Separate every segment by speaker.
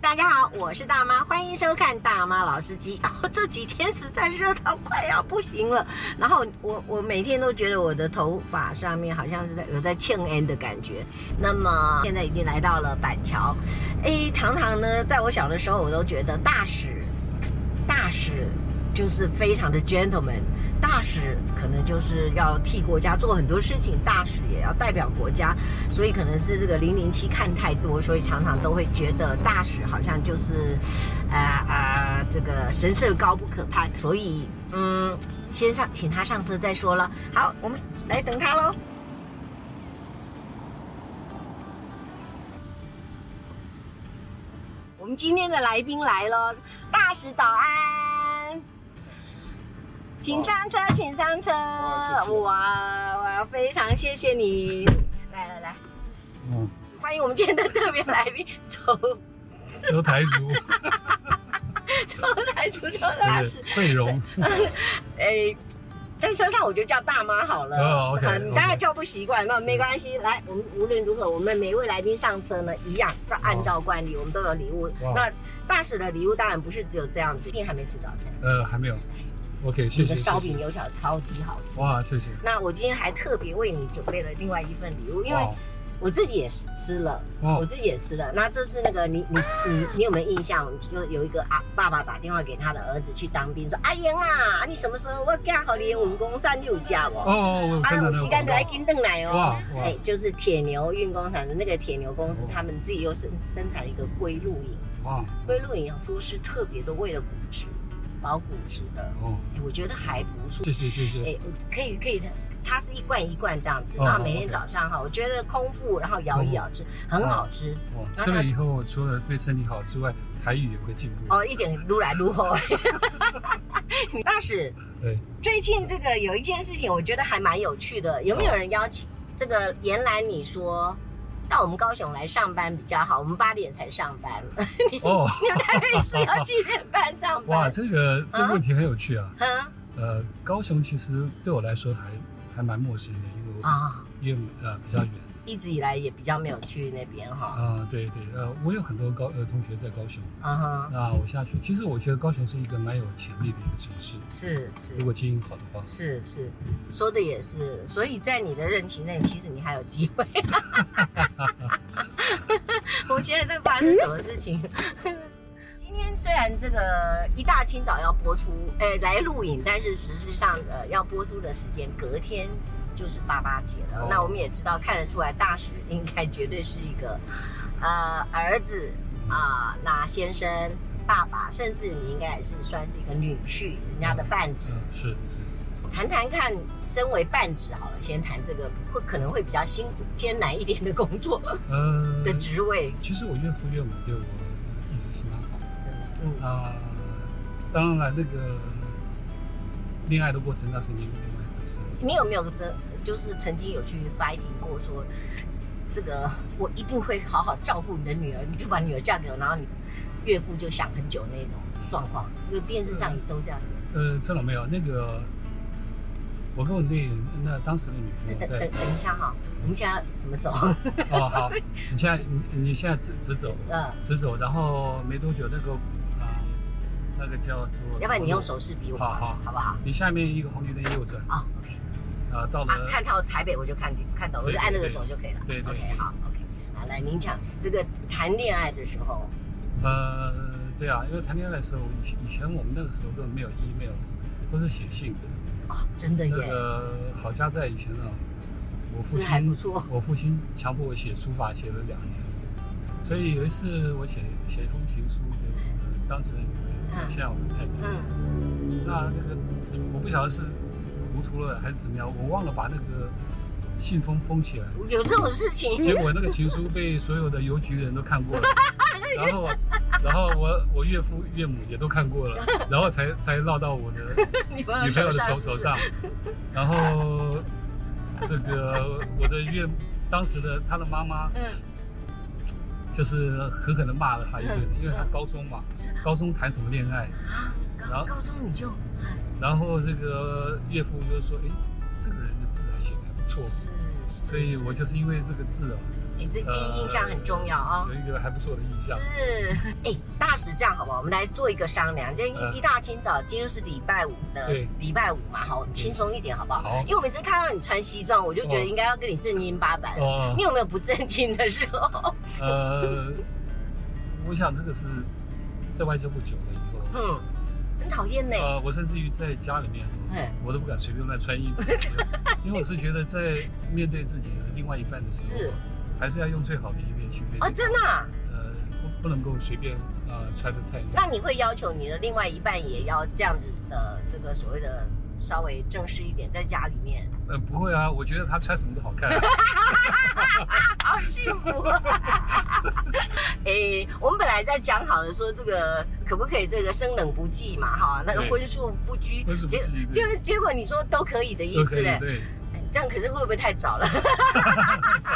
Speaker 1: 大家好，我是大妈，欢迎收看《大妈老司机》。 哦，这几天实在热到快要不行了，然后我我每天都觉得我的头发上面好像是在有在欠 N 的感觉。那么现在已经来到了板桥，诶，常常呢，在我小的时候，我都觉得大使大使就是非常的 gentleman，大使可能就是要替国家做很多事情，大使也要代表国家，所以可能是这个零零七看太多，所以常常都会觉得大使好像就是，呃呃，这个神圣高不可攀，所以嗯，先上请他上车再说了。好，我们来等他喽。我们今天的来宾来了，大使早安，请上车，请上车。
Speaker 2: 哇谢谢
Speaker 1: 哇，我非常谢谢你，来来来，
Speaker 2: 嗯，
Speaker 1: 欢迎我们今天的特别来宾周
Speaker 2: 周台竹，
Speaker 1: 周台主周大
Speaker 2: 对
Speaker 1: 使。
Speaker 2: 惠容，
Speaker 1: 哎，在车上我就叫大妈好了。
Speaker 2: 哦，OK，
Speaker 1: 啊你大概
Speaker 2: OK
Speaker 1: 叫不习惯，那没关系。来，我们无论如何，我们每一位来宾上车呢，一样照按照惯例，我们都有礼物。
Speaker 2: 哇
Speaker 1: 那大使的礼物当然不是只有这样子，一定还没吃早餐。
Speaker 2: 呃，还没有，OK，谢
Speaker 1: 你
Speaker 2: 谢，
Speaker 1: 的
Speaker 2: 谢
Speaker 1: 烧饼
Speaker 2: 谢，
Speaker 1: 油条超级好吃。
Speaker 2: 哇，谢谢，
Speaker 1: 那我今天还特别为你准备了另外一份礼物，因为
Speaker 2: 哇
Speaker 1: 我自己也是吃了，
Speaker 2: 哇
Speaker 1: 我自己也吃了。那这是那个你你你你有没有印象？就有一个啊爸爸打电话给他的儿子去当兵，说：“阿英啊，你什么时候我嫁好你文工山六家
Speaker 2: 哦
Speaker 1: 哦？
Speaker 2: 哦，我有
Speaker 1: 啊，
Speaker 2: 看到
Speaker 1: 有
Speaker 2: 那
Speaker 1: 时
Speaker 2: 个
Speaker 1: 间
Speaker 2: 广
Speaker 1: 就来跟
Speaker 2: 告，
Speaker 1: 邓来哦
Speaker 2: 哇。”哇
Speaker 1: 哎，就是铁牛运工厂的那个铁牛公司
Speaker 2: 哦，
Speaker 1: 他们自己又生生产了一个龟鹿饮，
Speaker 2: 哇，
Speaker 1: 龟鹿饮说是特别的为了骨质保骨质的，
Speaker 2: 哦，
Speaker 1: 哎我觉得还不错
Speaker 2: 谢。谢谢谢，
Speaker 1: 哎，可以可以的，它是一罐一罐这样子，
Speaker 2: 哦
Speaker 1: 然后
Speaker 2: 哦
Speaker 1: 每天
Speaker 2: ，OK 嗯
Speaker 1: 早上哈，我觉得空腹然后摇一摇吃，很好吃。
Speaker 2: 哇，吃了以后，我除了对身体好之外，台语也会进步，
Speaker 1: 哦，一点撸来撸后。 你大使，
Speaker 2: 对，
Speaker 1: 最近这个有一件事情，我觉得还蛮有趣的，有没有人邀请这个严兰？你说到我们高雄来上班比较好，我们八点才上班，
Speaker 2: 哦，
Speaker 1: 你们台北市要七点半上
Speaker 2: 哇，
Speaker 1: 班。
Speaker 2: 这个这个问题很有趣啊，
Speaker 1: 嗯
Speaker 2: 呃，高雄其实对我来说还还蛮陌生的，因为我
Speaker 1: 啊、
Speaker 2: 因为呃比较远
Speaker 1: 一直以来也比较没有去那边哈。
Speaker 2: 啊，对对，呃，我有很多高呃同学在高雄，
Speaker 1: 嗯哼，
Speaker 2: 那我下去，其实我觉得高雄是一个蛮有潜力的一个城市。
Speaker 1: 是是。
Speaker 2: 如果经营好的话，
Speaker 1: 是是，说的也是，所以在你的任期内，其实你还有机会。 我现在在发生什么事情？ 今天虽然这个一大清早要播出，哎、来录影，但是实际上呃要播出的时间隔天就是爸爸节了。
Speaker 2: 哦
Speaker 1: 那我们也知道，看得出来大使应该绝对是一个呃儿子啊、那先生。爸爸，甚至你应该也是算是一个女婿，人家的伴子。
Speaker 2: 嗯，是是，
Speaker 1: 谈谈看，身为半职好了，先谈这个会可能会比较辛苦、艰难一点的工作
Speaker 2: 呃，
Speaker 1: 的职位，
Speaker 2: 其实我岳父岳母对我一直是蛮好的
Speaker 1: 嗯，
Speaker 2: 啊、当然了，那个恋爱的过程那是另另外一回事。
Speaker 1: 你有没有真就是曾经有去 fighting 过说，这个我一定会好好照顾你的女儿，你就把女儿嫁给我，然后你岳父就想很久那种状况，因为电视上也都这样子。
Speaker 2: 呃，真的没有那个，我跟我那那当时的女朋
Speaker 1: 那
Speaker 2: 友
Speaker 1: 等 等
Speaker 2: 在
Speaker 1: 等一下哈，我们现在怎么走？
Speaker 2: 哦好，你现在你你现在直直走
Speaker 1: 嗯，
Speaker 2: 直走，然后没多久那个啊、那个叫做，
Speaker 1: 要不然你用手，势比我
Speaker 2: 好好
Speaker 1: 好不好？
Speaker 2: 你下面一个红绿灯右转
Speaker 1: 哦，OK。
Speaker 2: 啊、到了、
Speaker 1: 啊，看到台北我就看看到，我就按那个走就可以了。
Speaker 2: 对对对
Speaker 1: OK，好，OK。好，来您讲这个谈恋爱的时候，
Speaker 2: 呃，对啊，因为谈恋爱的时候，以前以前我们那个时候都没有 email，都是写信的。
Speaker 1: 哦，真的
Speaker 2: 那
Speaker 1: 耶，
Speaker 2: 个好家在以前啊，我父
Speaker 1: 字还不
Speaker 2: 亲
Speaker 1: 错。
Speaker 2: 我父亲强迫我写书法，写了两年。所以有一次我写写一封情书给我的当时的女朋友，
Speaker 1: 嗯
Speaker 2: 现在我的太太。
Speaker 1: 嗯，
Speaker 2: 那那个我不晓得是糊涂了还是怎么样，我忘了把那个信封封起来。
Speaker 1: 有这种事情，
Speaker 2: 结果那个情书被所有的邮局人都看过 了，然后，然后我我岳父岳母也都看过 了，然后才才落到 我的
Speaker 1: 女朋友
Speaker 2: 女朋友的
Speaker 1: 上
Speaker 2: 手手上，然后这个我的岳当时的他的妈妈
Speaker 1: 嗯，
Speaker 2: 就是狠狠的骂了他一顿，因为他高中 嘛，高中谈什么恋爱，
Speaker 1: 啊，
Speaker 2: 然
Speaker 1: 高
Speaker 2: 后
Speaker 1: 高中你就
Speaker 2: 然后这个岳父就说，哎，这个人的字还写的不错，
Speaker 1: 是是
Speaker 2: 所以我就是因为这个字啊，
Speaker 1: 你这第一印象很重要啊、
Speaker 2: 有一个还不错的印象。
Speaker 1: 是， 哎、大使这样好不好？我们来做一个商量，今天
Speaker 2: 嗯
Speaker 1: 一大清早，今天是礼拜五的
Speaker 2: 对，嗯
Speaker 1: 礼拜五嘛，好轻松一点好不好？
Speaker 2: 好
Speaker 1: 因为我每次看到你穿西装，我就觉得
Speaker 2: 哦
Speaker 1: 应该要跟你正经八百。
Speaker 2: 哦
Speaker 1: 你，有没有不正经的时候？
Speaker 2: 呃，我想这个是在外交部久了以后，
Speaker 1: 嗯，很讨厌呢。
Speaker 2: 呃，我甚至于在家里面，
Speaker 1: 哎
Speaker 2: 我都不敢随便乱穿衣 服，因为我是觉得在面对自己的另外一半的时
Speaker 1: 是
Speaker 2: 候，还是要用最好的一面去面对。
Speaker 1: 哦，真的、啊？
Speaker 2: 呃，不不能够随便啊、呃穿的太
Speaker 1: 那你会要求你的另外一半也要这样子的，这个所谓的稍微正式一点，在家里面，
Speaker 2: 呃，不会啊，我觉得他穿什么都好看、啊。
Speaker 1: 好幸福、啊。 哎、我们本来在讲好了说这个可不可以这个生冷不忌嘛，哈，那个
Speaker 2: 对
Speaker 1: 荤素不拘
Speaker 2: 荤素，不
Speaker 1: 结
Speaker 2: 忌对
Speaker 1: 结结果你说都可以的意
Speaker 2: 都
Speaker 1: 思
Speaker 2: 可以
Speaker 1: 嘞，
Speaker 2: 对，
Speaker 1: 这样可是会不会太早了？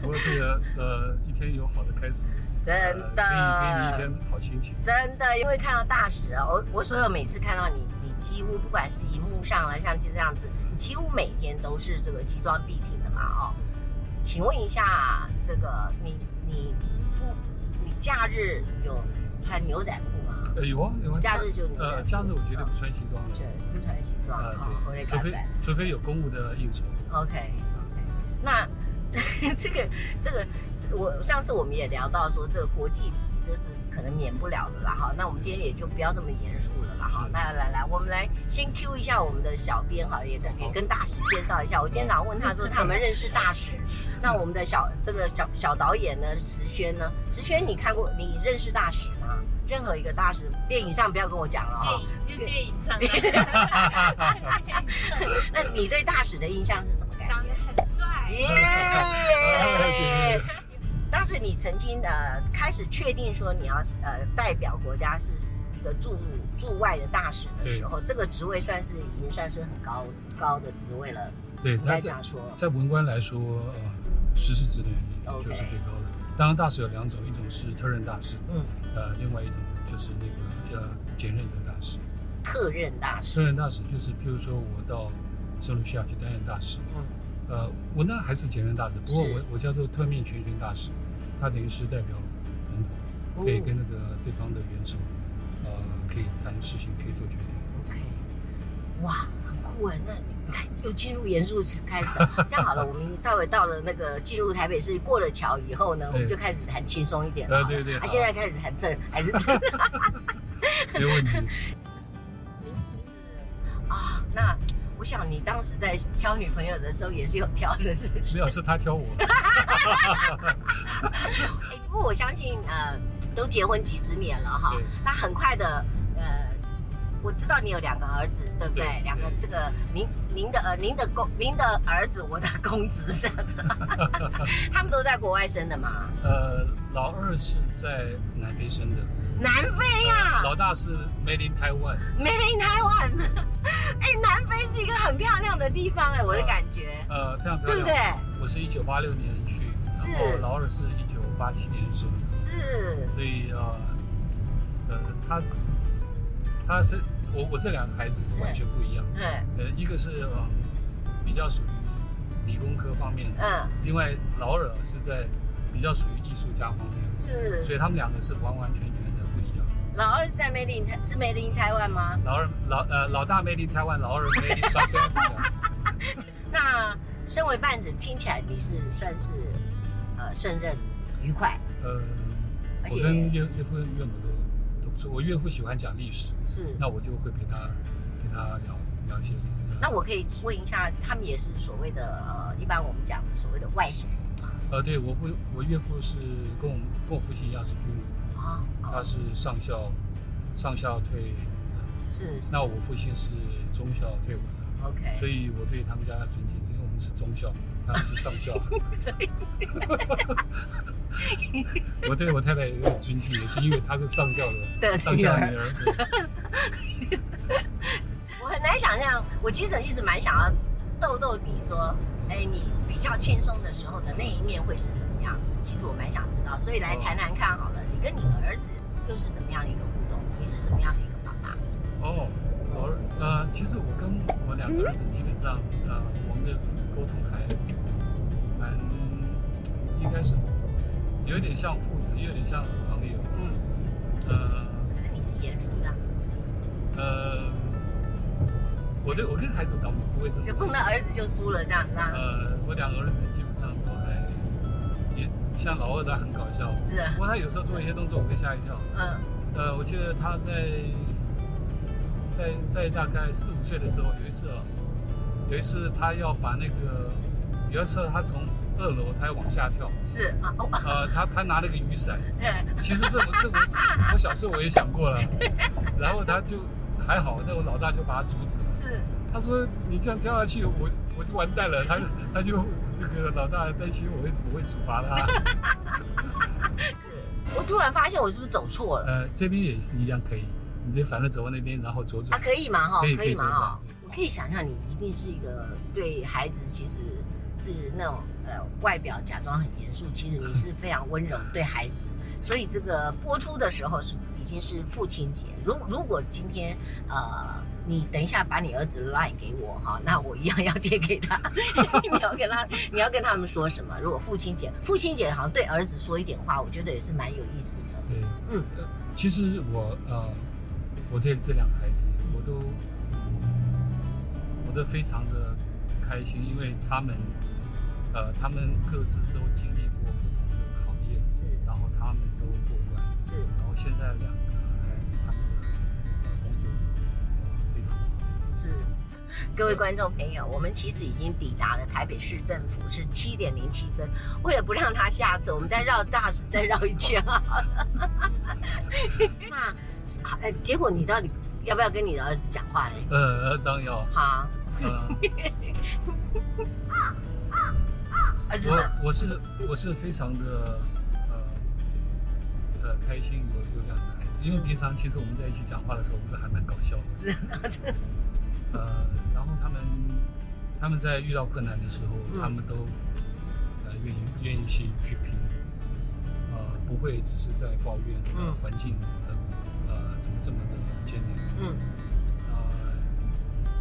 Speaker 2: 不过这个呃，一天有好的开始，
Speaker 1: 真
Speaker 2: 呃
Speaker 1: 的。
Speaker 2: 给你给你一天好心情。
Speaker 1: 真的，因为看到大使啊，我我所有每次看到你，你几乎不管是荧幕上了，像这样子，你几乎每天都是这个西装笔挺的嘛，哦。请问一下，这个你你不你假日有穿牛仔裤吗？
Speaker 2: 呃，有啊有啊，
Speaker 1: 假日就牛仔裤
Speaker 2: 呃，假日我绝对不穿西装
Speaker 1: 这
Speaker 2: 的，
Speaker 1: 不穿西装，
Speaker 2: 啊
Speaker 1: 哦，或者
Speaker 2: 对，除
Speaker 1: 打
Speaker 2: 非
Speaker 1: 扮。
Speaker 2: 除非有公务的应酬，
Speaker 1: OK OK，那 这个这个，我上次我们也聊到说，这个国际礼仪这是可能免不了的啦哈。那我们今天也就不要这么严肃了啦哈。
Speaker 2: 是
Speaker 1: 那来来，我们来先 Q 一下我们的小编哈，也等也
Speaker 2: 好
Speaker 1: 跟大使介绍一下。我今天早上问他说，他们认识大 使。那我们的小这个小小导演呢，石轩呢，石轩，你看过你认识大使吗？任何一个大使，电影上不要跟我讲了哈。
Speaker 3: 电影就电影上的， 电影上
Speaker 1: 那你对大使的印象是什么感觉？
Speaker 3: 长得很帅，
Speaker 1: 耶！
Speaker 2: 谢谢
Speaker 1: 当时你曾经呃开始确定说你要呃代表国家是一个驻驻外的大使的时候，这个职位算是已经算是很高高的职位了，
Speaker 2: 对，
Speaker 1: 应该这
Speaker 2: 他在
Speaker 1: 样说。
Speaker 2: 在文官来说，呃，实事之内就是
Speaker 1: OK
Speaker 2: 最高的。当然，大使有两种，一种是特任大使，
Speaker 1: 嗯，
Speaker 2: 呃，另外一种就是那个呃兼任的大使。
Speaker 1: 特任大使，
Speaker 2: 特任大使就是，譬如说我到圣卢西亚去担任大使，
Speaker 1: 嗯，
Speaker 2: 呃，我那还是兼任大使，不过
Speaker 1: 是
Speaker 2: 我我叫做特命全权大使，他等于是代表总
Speaker 1: 哦
Speaker 2: 统，
Speaker 1: 嗯
Speaker 2: 可以跟那个嗯对方的元首，呃，可以谈事情，可以做决定。
Speaker 1: OK，哇，很酷哎！那你看又进入严肃开始 了，这样好了，我们稍微到了那个进入台北市过了桥以后呢，我们就开始谈轻松一点了。
Speaker 2: 啊对对
Speaker 1: 啊，
Speaker 2: 好
Speaker 1: 现在开始谈正还是正。
Speaker 2: 没问题。
Speaker 1: 啊，那我想你当时在挑女朋友的时候也是有挑的，是不是？
Speaker 2: 只要是他 挑我，
Speaker 1: 哎，不过我相信，呃，都结婚几十年了哈
Speaker 2: 对，
Speaker 1: 那很快的，呃，我知道你有两个儿子，对不对？
Speaker 2: 对
Speaker 1: 两个
Speaker 2: 对
Speaker 1: 这个您您的呃您的公您的儿子，我的公子这样子， 他们都在国外生的嘛，
Speaker 2: 呃，老二是在南非生的，呃
Speaker 1: 南非哎啊呀、
Speaker 2: 嗯老大是 Made in Taiwan，
Speaker 1: 没来台湾。 哎，南非是一个很漂亮的地方哎，我的感觉，
Speaker 2: 呃，非常漂
Speaker 1: 对不
Speaker 2: 亮。
Speaker 1: 对？
Speaker 2: 我是一九八六年去，
Speaker 1: 是
Speaker 2: 然后老二是一九八七年生的，
Speaker 1: 是，
Speaker 2: 所以呃，呃，他他是我我这两个孩子是完全不一样，
Speaker 1: 嗯
Speaker 2: 呃，一个是呃比较属于理工科方面的，
Speaker 1: 嗯，
Speaker 2: 另外老二啊是在比较属于艺术家方面的，
Speaker 1: 是。
Speaker 2: 所以他们两个是完完全全的不一样。
Speaker 1: 老二是在梅林台，是梅林台湾吗？
Speaker 2: 老二老呃老大 Made in Taiwan，老二 Made in South Africa，
Speaker 1: 那身为伴子，听起来你是算是呃胜任愉快，
Speaker 2: 呃，
Speaker 1: 而
Speaker 2: 我
Speaker 1: 且
Speaker 2: 跟岳岳父岳母都都不错，我岳父喜欢讲历史。
Speaker 1: 是。
Speaker 2: 那我就会陪他陪他聊聊一些。
Speaker 1: 那我可以问一下，他们也是所谓的呃，一般我们讲的所谓的外省人吗？
Speaker 2: 呃，对我父我岳父是跟我们跟我父亲一样是军人，
Speaker 1: 啊、
Speaker 2: 他
Speaker 1: 哦，
Speaker 2: 是上校上校退，
Speaker 1: 是是
Speaker 2: 那我父亲是中校退伍的，
Speaker 1: ，OK。
Speaker 2: 所以我对他们家要尊敬，因为我们是中校，他们是上校。
Speaker 1: 所以
Speaker 2: 我对我太太也有尊敬，也是因为她是上校
Speaker 1: 对
Speaker 2: 的上校
Speaker 1: 女儿
Speaker 2: 女儿。对
Speaker 1: 我很难想象，我其实一直蛮想要逗逗你说，哎，你比较轻松的时候的那一面会是什么样子？其实我蛮想知道，所以来谈谈看好了，你跟你儿子又是怎么样一个互动？你是什么样的一个爸爸？
Speaker 2: 哦，我儿呃，其实我跟我两个儿子基本上呃，我们的沟沟通还蛮，应该是有点像父子，有点像朋友。
Speaker 4: 嗯，
Speaker 2: 呃
Speaker 1: 可是你是严肃的啊，
Speaker 2: 呃，我对我跟孩子倒不会这么
Speaker 1: 就碰到儿子就输了这样子啊？
Speaker 2: 呃，我两个儿子基本上都还也像老二，他很搞笑，
Speaker 1: 是，啊
Speaker 2: 不过他有时候做一些动作我会吓一跳。
Speaker 1: 嗯，
Speaker 2: 呃，我记得他在在在大概四五岁的时候，有一次啊，有一次他要把那个，有一次他从二楼他要往下跳，
Speaker 1: 是啊，哦，啊
Speaker 2: 呃，他他拿了个雨伞，
Speaker 1: 对，
Speaker 2: 其实这我这我我小时候我也想过了，然后他就还好，那我老大就把他阻止了，
Speaker 1: 是，
Speaker 2: 他说你这样跳下去，我我就完蛋了，他他就这个老大担心我会我会处罚他，
Speaker 1: 我突然发现我是不是走错了？
Speaker 2: 呃，这边也是一样可以，你直接反着走到那边，然后左
Speaker 1: 啊，
Speaker 2: 转，
Speaker 1: 可以嘛哈，
Speaker 2: 可以
Speaker 1: 可以嘛哈
Speaker 2: 可以可以，
Speaker 1: 我可以想象你一定是一个对孩子其实是那种呃外表假装很严肃，其实你是非常温柔对孩子。所以这个播出的时候是已经是父亲节。如如果今天呃你等一下把你儿子 line 给我哈，那我一样要贴给他。 你要跟他你要跟他们说什么？如果父亲节，父亲节好像对儿子说一点话，我觉得也是蛮有意思的。
Speaker 2: 对。
Speaker 1: 嗯，
Speaker 2: 其实我呃，我对这两个孩子我都我都非常的开心，因为他们呃，他们各自都经历过不同的考验，
Speaker 1: 是
Speaker 2: 然后他们都过关，
Speaker 1: 是
Speaker 2: 然后现在两个孩子他们的呃工作呃非常好。
Speaker 1: 是， 各位观众朋友，我们其实已经抵达了台北市政府，是七点零七分。为了不让他下车，我们再绕大再绕一圈好了。 那，呃，结果你到底要不要跟你的儿子讲话嘞？
Speaker 2: 呃，当然要，
Speaker 1: 好，
Speaker 2: 呃，
Speaker 1: 儿子们，
Speaker 2: 我我是我是非常的呃呃开心有有两个孩子，因为平常其实我们在一起讲话的时候，我们都还蛮搞笑的。
Speaker 1: 是
Speaker 2: 呃，然后他们他们在遇到困难的时候，
Speaker 1: 嗯
Speaker 2: 他们都呃愿意愿意去去拼，呃，不会只是在抱怨、
Speaker 1: 嗯
Speaker 2: 呃、环境怎么呃怎么这么的艰难。
Speaker 1: 嗯，
Speaker 2: 呃，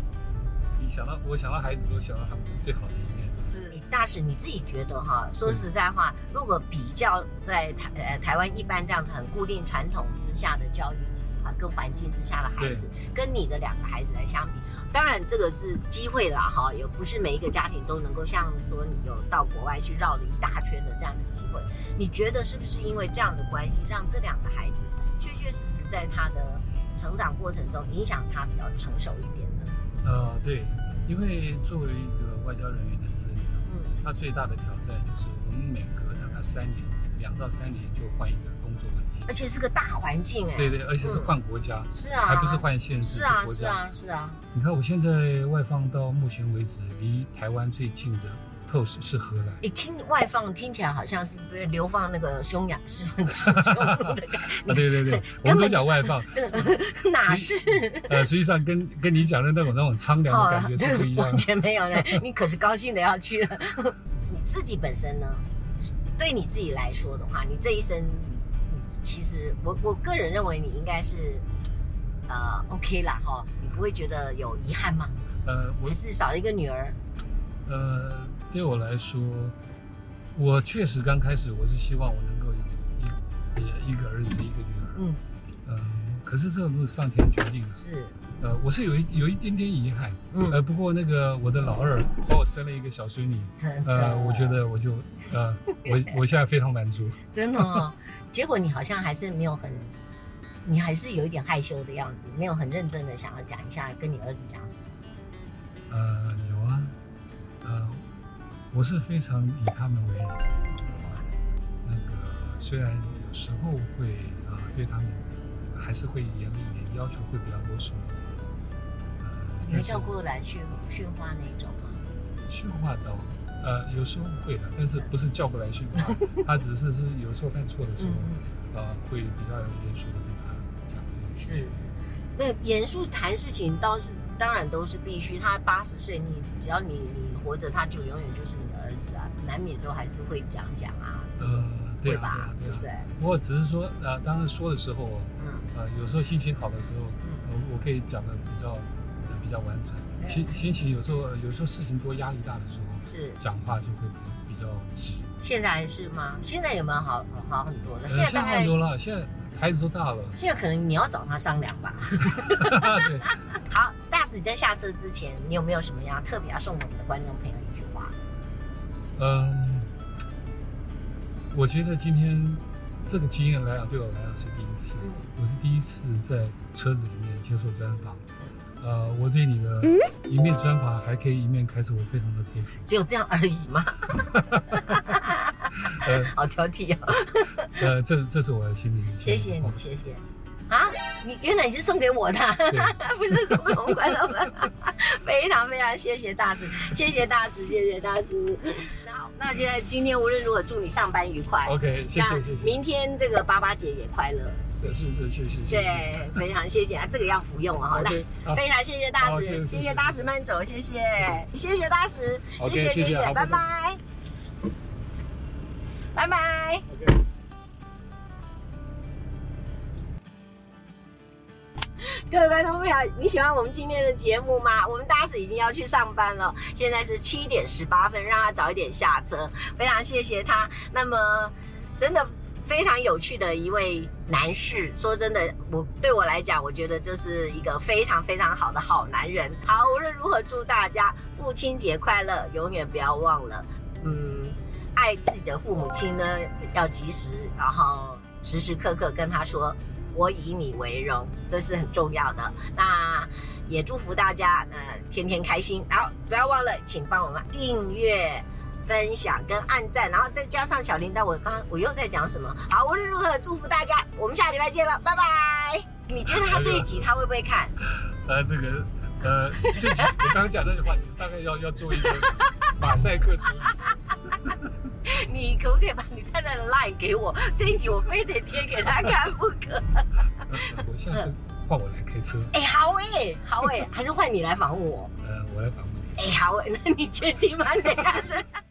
Speaker 2: 你想到我想到孩子都想到他们最好的一面。
Speaker 1: 是大使，你自己觉得哈？
Speaker 2: 嗯
Speaker 1: 说实在话，如果比较在台呃台湾一般这样子很固定传统之下的教育啊跟环境之下的孩子，跟你的两个孩子来相比，当然这个是机会啦哈，也不是每一个家庭都能够像说你有到国外去绕了一大圈的这样的机会。你觉得是不是因为这样的关系，让这两个孩子确确实实在他的成长过程中影响他比较成熟一点呢？
Speaker 2: 呃，对，因为作为一个外交人员的子女啊，
Speaker 1: 嗯，
Speaker 2: 他最大的挑战就是我们每隔大概三年，两到三年就换一个工作环境。
Speaker 1: 而且是个大环境哎、
Speaker 2: 对对，而且是
Speaker 1: 嗯
Speaker 2: 换国家。
Speaker 1: 是啊，
Speaker 2: 还不是换县市，
Speaker 1: 是啊，
Speaker 2: 国
Speaker 1: 是
Speaker 2: 家。
Speaker 1: 啊，是啊，
Speaker 2: 你看，我现在外放到目前为止，离台湾最近的 POS 是荷兰。
Speaker 1: 你听外放听起来好像是不是流放那个匈牙是匈奴的感
Speaker 2: 啊，对对对，我们都讲外放，
Speaker 1: 觉， 哪是？
Speaker 2: 呃，实际上跟跟你讲的那种那种苍凉的感觉是不一样
Speaker 1: 完
Speaker 2: 的。
Speaker 1: 全没 有呢。你可是高兴的要去了。你自己本身呢，对你自己来说的话，你这一生，你其实我我个人认为你应该是，呃，OK 啦哈，你不会觉得有遗憾吗？
Speaker 2: 呃，我
Speaker 1: 还是少了一个女儿？
Speaker 2: 呃，对我来说，我确实刚开始我是希望我能够有一一一个儿子一个女儿，嗯
Speaker 1: 嗯，
Speaker 2: 可是这种都是上天决定的。
Speaker 1: 是，
Speaker 2: 呃，我是有一有一点点遗憾，呃，
Speaker 1: 嗯，
Speaker 2: 不过那个我的老二帮我生了一个小孙女，
Speaker 1: 真的。
Speaker 2: 呃，我觉得我就呃，我我现在非常满足。
Speaker 1: 真的、哦， 结果你好像还是没有很，你还是有一点害羞的样子，没有很认真的想要讲一下跟你儿子讲什么。
Speaker 2: 呃，有啊，呃，我是非常以他们为荣。那个虽然有时候会啊、对他们还是会严厉一点，要求会比较啰嗦。呃，
Speaker 1: 你会像过来训训话那种吗？
Speaker 2: 训话倒，呃，有时候会的，但是不是叫过来训话， 他只是是有时候犯错的时
Speaker 1: 嗯
Speaker 2: 候，，呃，会比较严肃的跟他讲这些。
Speaker 1: 是是。那严肃谈事情倒是当然都是必须，他八十岁，你只要你你活着，他就永远就是你的儿子啊，难免都还是会讲讲啊，
Speaker 2: 呃，
Speaker 1: 会
Speaker 2: 对啊，对
Speaker 1: 吧
Speaker 2: 啊，？
Speaker 1: 对不
Speaker 2: 对
Speaker 1: 对
Speaker 2: 啊。？不过只是说，呃，当然说的时候哦，
Speaker 1: 嗯
Speaker 2: 呃，有时候心情好的时候，
Speaker 1: 嗯，
Speaker 2: 我我可以讲的比较、呃比较完整。
Speaker 1: 嗯
Speaker 2: 心心情有时候呃有时候事情多压力大的时候，
Speaker 1: 是
Speaker 2: 讲话就会比较直。
Speaker 1: 现在还是吗？现在有没有好好很多了？
Speaker 2: 呃
Speaker 1: 现在
Speaker 2: 现在
Speaker 1: 大
Speaker 2: 好
Speaker 1: 概
Speaker 2: 多了，现在孩子都大了。
Speaker 1: 现在可能你要找他商量吧。
Speaker 2: 对，
Speaker 1: 好，大使你在下车之前，你有没有什么样特别要送我们的观众朋友一句话？
Speaker 2: 嗯，我觉得今天这个经验来讲，对我来讲是第一次，
Speaker 1: 嗯
Speaker 2: 我是第一次在车子里面接受专访。
Speaker 1: 嗯
Speaker 2: 呃，我对你的一面专访还可以一面开车，我非常的佩服。
Speaker 1: 只有这样而已吗？
Speaker 2: 呃
Speaker 1: 好挑剔哦。
Speaker 2: 呃，这这是我心里的
Speaker 1: 谢谢你，谢谢。啊，你原来你是送给我的 啊、
Speaker 2: 对
Speaker 1: 不是送给我们观众们， 非常非常谢谢大师，谢谢大师，谢谢大师。好，那现在今天无论如何祝你上班愉快。
Speaker 2: OK，谢哦
Speaker 1: 那
Speaker 2: 谢谢谢，
Speaker 1: 明天这个八八节也快乐，
Speaker 2: 呃是是是是，
Speaker 1: 对，非常谢谢啊，这个要服用哦，好来，
Speaker 2: OK，好
Speaker 1: 非常谢谢大
Speaker 2: 好
Speaker 1: 使，
Speaker 2: 谢谢
Speaker 1: 谢谢大使慢走，谢谢，谢谢大使，
Speaker 2: OK，
Speaker 1: 谢
Speaker 2: 谢谢
Speaker 1: 谢
Speaker 2: 好
Speaker 1: 拜
Speaker 2: 拜拜
Speaker 1: 拜，拜拜。
Speaker 2: OK
Speaker 1: 各位观众朋友，你喜欢我们今天的节目吗？我们大使已经要去上班了，现在是七点十八分，让他早一点下车，非常谢谢他。那么，真的非常有趣的一位男士，说真的，我对我来讲，我觉得这是一个非常非常好的好男人。好，无论如何，祝大家父亲节快乐，永远不要忘了，嗯，爱自己的父母亲呢，要及时，然后时时刻刻跟他说我以你为荣，这是很重要的。那也祝福大家，呃，天天开心。然后不要忘了，请帮我们订阅、分享跟按赞，然后再加上小铃铛。我刚刚我又在讲什么？好，无论如何，祝福大家，我们下礼拜见了，拜拜。你觉得他这一集他会不会看？
Speaker 2: 呃，这个呃，这集我刚刚讲那句话，你大概要要做一个马赛克处理。
Speaker 1: 你可不可以把你太太的 line 给我？ 这一集我非得贴给他看不可。
Speaker 2: 呃我下次换我来开车，
Speaker 1: 哎、好哎、好哎、还是换你来访问我。
Speaker 2: 呃，我来访问你。
Speaker 1: 哎、好哎、那你确定吗？等一下真的。